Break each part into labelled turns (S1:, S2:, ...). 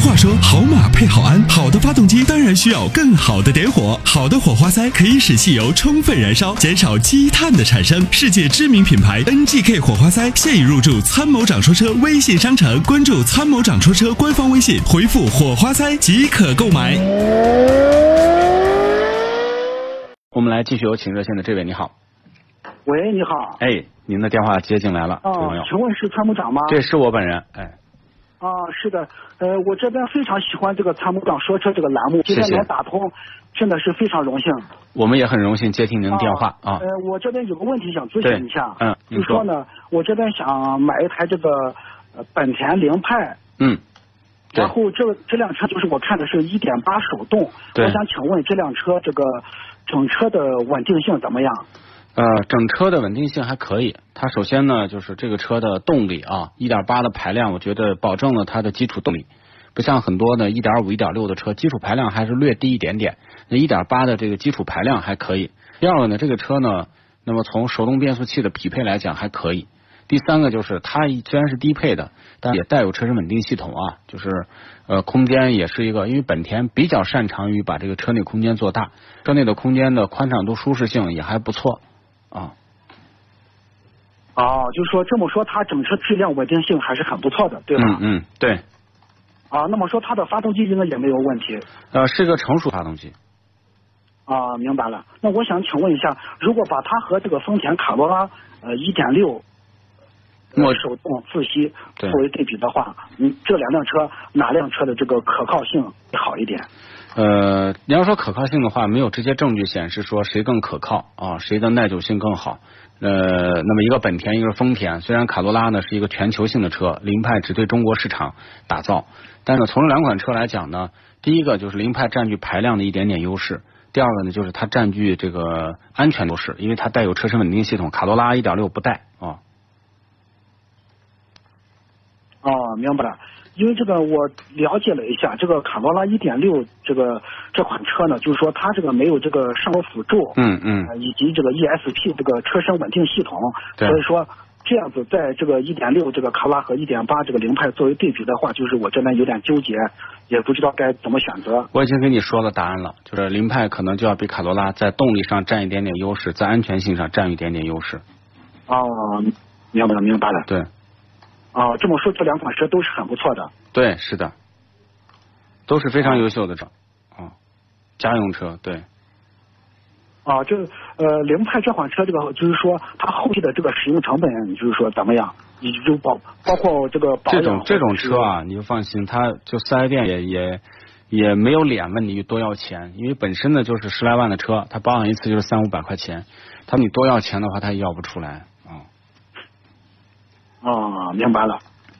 S1: 话说，好马配好鞍，好的发动机当然需要更好的点火。好的火花塞可以使汽油充分燃烧，减少积碳的产生。世界知名品牌 NGK 火花塞现已入驻参谋长说车微信商城，关注参谋长说车官方微信，回复火花塞即可购买。
S2: 我们来继续有请热线的这位，你好，
S3: 喂，你好。
S2: 哎，您的电话接进来了，这位
S3: 哦
S2: 朋友，，
S3: 请问是参谋长吗？
S2: 这是我本人，哎，
S3: 啊，是的，呃，我这边非常喜欢这个参谋长说车这个栏目，
S2: 谢
S3: 今
S2: 谢
S3: 天能打通，真的是非常荣幸。
S2: 我们也很荣幸接听您的电话啊
S3: 呃，，我这边有个问题想咨
S2: 对
S3: 询一下，
S2: 嗯您
S3: 就说呢，我这边想买一台这个呃本田凌派，
S2: 嗯，对
S3: 然，后这这辆车就是我看的是一点八手动，
S2: 对
S3: 我想请问这辆车这个整车的稳定性怎么样？
S2: 呃，整车的稳定性还可以。它首先呢，就是这个车的动力啊，一点八的排量，我觉得保证了它的基础动力，不像很多的一点五、一点六的车，基础排量还是略低一点点。那一点八的这个基础排量还可以。第二个呢，这个车呢，那么从手动变速器的匹配来讲还可以。第三个就是它虽然是低配的，但也带有车身稳定系统啊，就是呃空间也是一个，因为本田比较擅长于把这个车内空间做大，车内的空间的宽敞度、舒适性也还不错啊。
S3: 哦，就说这么说，它整车质量稳定性还是很不错的，对吧？
S2: 嗯嗯，对，
S3: 啊，那么说它的发动机应该也没有问题。
S2: 呃，是个成熟发动机。
S3: 啊，明白了。那我想请问一下，如果把它和这个丰田卡罗拉呃一点六
S2: 我
S3: 手动自吸
S2: 对
S3: 作为对比的话，嗯，这两辆车哪辆车的这个可靠性好一点？
S2: 呃，你要说可靠性的话，没有直接证据显示说谁更可靠啊，谁的耐久性更好。呃，那么一个本田，一个丰田，虽然卡罗拉呢是一个全球性的车，凌派只对中国市场打造，但是从这两款车来讲呢，第一个就是凌派占据排量的一点点优势。第二个呢，就是它占据这个安全优势，因为它带有车身稳定系统，卡罗拉1.6不带啊。
S3: 哦，明白了。因为这个我了解了一下，这个卡罗拉一点六这个这款车呢，就是说它这个没有这个上坡辅助，
S2: 嗯嗯，
S3: 呃以及这个 ESP 这个车身稳定系统，
S2: 对
S3: 所以说这样子在这个一点六这个卡罗拉和一点八这个凌派作为对比的话，就是我这边有点纠结，也不知道该怎么选择。
S2: 我已经跟你说了答案了，就是凌派可能就要比卡罗拉在动力上占一点点优势，在安全性上占一点点优势。
S3: 哦，明白了，明白了。
S2: 对，
S3: 哦，这么说这两款车都是很不错的。
S2: 对，是的，都是非常优秀的车，啊、家用车，对，
S3: 啊，这呃，凌派这款车，这个就是说它后期的这个使用成本，就是说怎么样？你就包包括这个保
S2: 这
S3: 养
S2: 种这种
S3: 或者是
S2: 车啊，你就放心，它就四 S 店也也也没有脸问你多要钱，因为本身呢就是十来万的车，它保养一次就是三五百块钱，他你多要钱的话，他也要不出来，啊、
S3: 啊，明白了。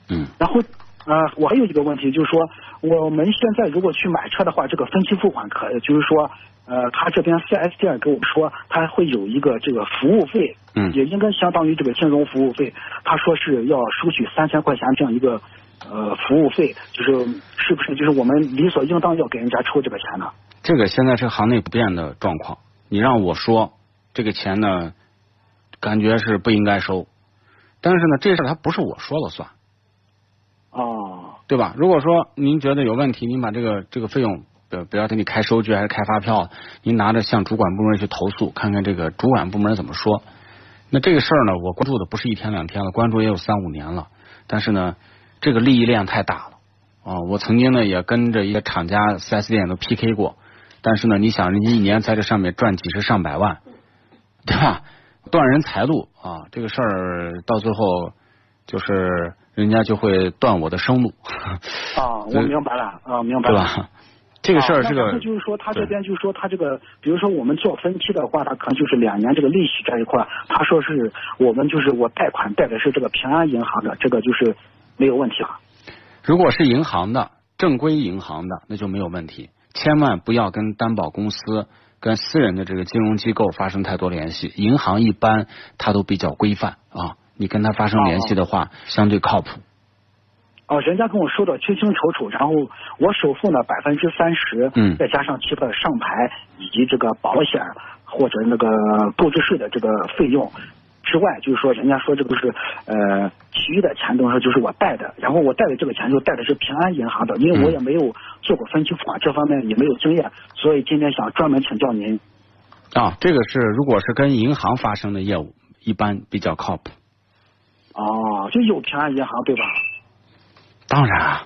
S2: 嗯，
S3: 然后呃，我还有一个问题，就是说我们现在如果去买车的话，这个分期付款可就是说呃，他这边 4S 店跟我说他会有一个这个服务费，
S2: 嗯
S3: 也应该相当于这个金融服务费，他说是要收取三千块钱这样一个。呃，服务费就是是不是就是我们理所应当要给人家抽这个钱呢？
S2: 这个现在是行内不变的状况。你让我说这个钱呢，感觉是不应该收，但是呢，这事儿它不是我说了算，
S3: 哦，
S2: 对吧？如果说您觉得有问题，您把这个这个费用，呃，不要给你开收据还是开发票，您拿着向主管部门去投诉，看看这个主管部门怎么说。那这个事儿呢，我关注的不是一天两天了，关注也有三五年了。但是呢，这个利益链太大了啊、我曾经呢也跟着一些厂家、4S 店都 PK 过，但是呢，你想人家一年在这上面赚几十上百万，对吧？断人财路啊，这个事儿到最后就是人家就会断我的生路。
S3: 啊，
S2: 对
S3: 我明白了，啊，明白
S2: 对
S3: 了。
S2: 吧？ 这个事儿是
S3: 啊那
S2: 个
S3: 那就是说，他
S2: 对
S3: 这边就是说，他这个，比如说我们做分期的话，他可能就是两年这个利息这一块，他说是我们就是我贷款贷的是这个平安银行的，这个就是没有问题了。
S2: 如果是银行的正规银行的，那就没有问题。千万不要跟担保公司、跟私人的这个金融机构发生太多联系。银行一般它都比较规范啊，你跟它发生联系的话，相对靠谱。
S3: 哦、人家跟我说的清清楚楚，然后我首付呢百分之三十，
S2: 嗯
S3: 再加上其他的上牌以及这个保险或者那个购置税的这个费用，之外，就是说人家说这个是呃其余的钱，等于说就是我贷的，然后我贷的这个钱就贷的是平安银行的，
S2: 嗯
S3: 因为我也没有做过分期付款，这方面也没有经验，所以今天想专门请教您。
S2: 啊，这个是如果是跟银行发生的业务，一般比较靠谱。
S3: 哦，就有平安银行对吧？
S2: 当然啊，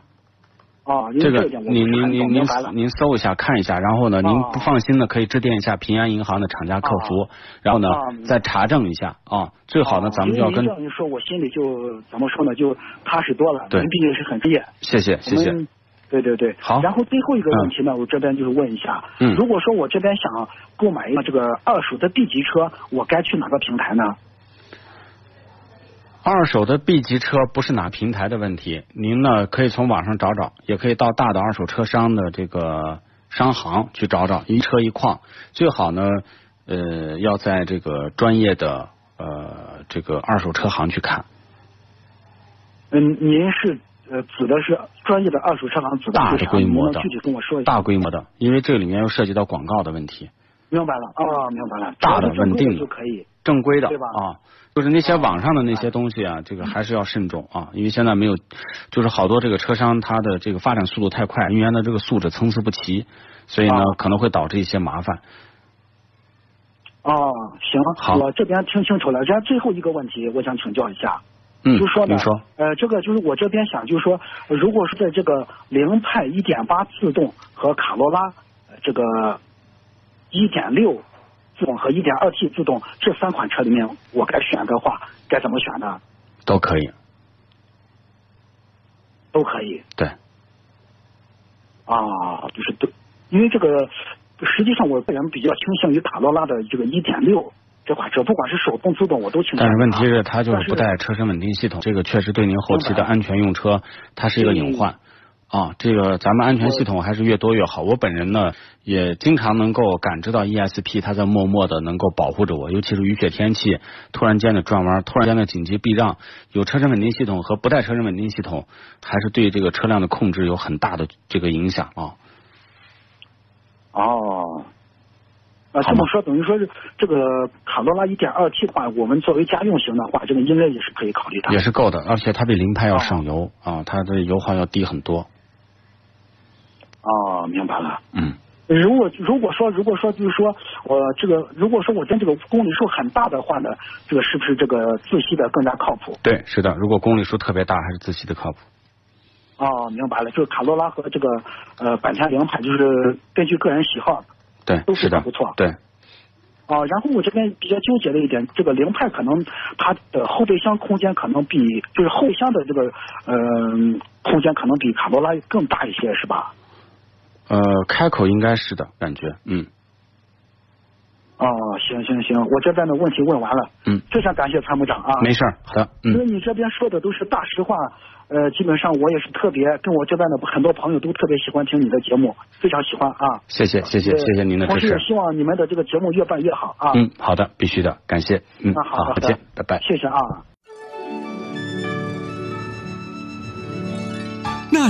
S3: 哦，因为
S2: 这个
S3: 一点我不
S2: 您您
S3: 是很懂
S2: 您您
S3: 明白了。
S2: 您搜一下看一下，然后呢，您
S3: 哦
S2: 不放心的可以致电一下平安银行的厂家客服，然后呢
S3: 哦明白
S2: 再查证一下啊。最好呢，咱们就要跟
S3: 因为您这样一说，我心里就怎么说呢，就踏实多了。
S2: 对
S3: 您毕竟是很专业。
S2: 谢谢谢谢
S3: 我，们对对对，
S2: 好
S3: 然后最后一个问题呢，我这边就是问一下，
S2: 嗯
S3: 如果说我这边想购买一个这个二手的 B 级车，我该去哪个平台呢？
S2: 二手的 B 级车不是哪平台的问题，您呢可以从网上找找，也可以到大的二手车商的这个商行去找找，一车一况，最好呢，呃，要在这个专业的呃这个二手车行去看，
S3: 嗯，您是呃指的是专业的二手车行指的
S2: 大
S3: 是
S2: 的
S3: 啥？
S2: 规模
S3: 您能
S2: 的
S3: 具体跟我说一下。
S2: 大规模的，因为这里面又涉及到广告的问题，
S3: 明白了哦，明白了，
S2: 大的
S3: 只要是
S2: 稳定的
S3: 就可以。
S2: 正规的
S3: 对吧
S2: 啊，就是那些网上的那些东西啊，这个还是要慎重啊，因为现在没有，就是好多这个车商它的这个发展速度太快，人员的这个素质参差不齐，所以呢
S3: 啊
S2: 可能会导致一些麻烦。
S3: 哦，行，
S2: 好
S3: 我这边听清楚了。然后最后一个问题，我想请教一下。
S2: 嗯，
S3: 就说呢
S2: 你说，
S3: 呃，这个就是我这边想，就是说，如果是在这个凌派一点八自动和卡罗拉呃这个一点六自动和一点二 T 自动这三款车里面，我该选的话，该怎么选呢？
S2: 都可以，
S3: 都可以
S2: 对，
S3: 啊，就是都，因为这个实际上我个人比较倾向于卡罗拉的这个一点六这款车，不管是手动自动，我都倾向
S2: 但是
S3: 于它。
S2: 问题是它就是不
S3: 但
S2: 带车身稳定系统，这个确实对您后期
S3: 明白
S2: 的安全用车它是一个隐患。啊，这个咱们安全系统还是越多越好。我本人呢，也经常能够感知到 ESP 它在默默的能够保护着我，尤其是雨雪天气，突然间的转弯，突然间的紧急避让，有车身稳定系统和不带车身稳定系统，还是对这个车辆的控制有很大的这个影响啊。
S3: 哦，啊，
S2: 好
S3: 这
S2: 吗
S3: 么说等于说是这个卡罗拉一点二 T 款，我们作为家用型的话，这个应该也是可以考虑它。
S2: 也是够的，而且它比零派要省油啊，它的油耗要低很多。
S3: 哦，明白了。
S2: 嗯。
S3: 如果如果说如果说就是说我、这个如果说我跟这个公里数很大的话呢，这个是不是这个自吸的更加靠谱？
S2: 对，是的，如果公里数特别大，还是自吸的靠谱。
S3: 哦，明白了，就是卡罗拉和这个呃坂田凌派，就是根据个人喜好
S2: 对
S3: 都，
S2: 是
S3: 非
S2: 的
S3: 常，不错。
S2: 对，
S3: 哦，然后我这边比较纠结的一点，这个凌派可能它的后备箱空间可能比就是后备箱的这个嗯、空间可能比卡罗拉更大一些，是吧？
S2: 呃，开口应该是的感觉，嗯
S3: 哦，行行行，我这边的问题问完了，
S2: 嗯，
S3: 非常感谢参谋长啊。
S2: 没事儿，好的，
S3: 因为
S2: 嗯，
S3: 你这边说的都是大实话，呃，基本上我也是特别跟我这边的很多朋友都特别喜欢听你的节目，非常喜欢啊。
S2: 谢谢谢谢
S3: 呃
S2: 谢谢您的
S3: 同
S2: 支
S3: 时也
S2: 持，
S3: 希望你们的这个节目越办越好啊。
S2: 嗯，好的，必须的，感谢，嗯，
S3: 那好的
S2: 好，
S3: 好的
S2: 再见，拜拜。
S3: 谢谢啊。
S1: 那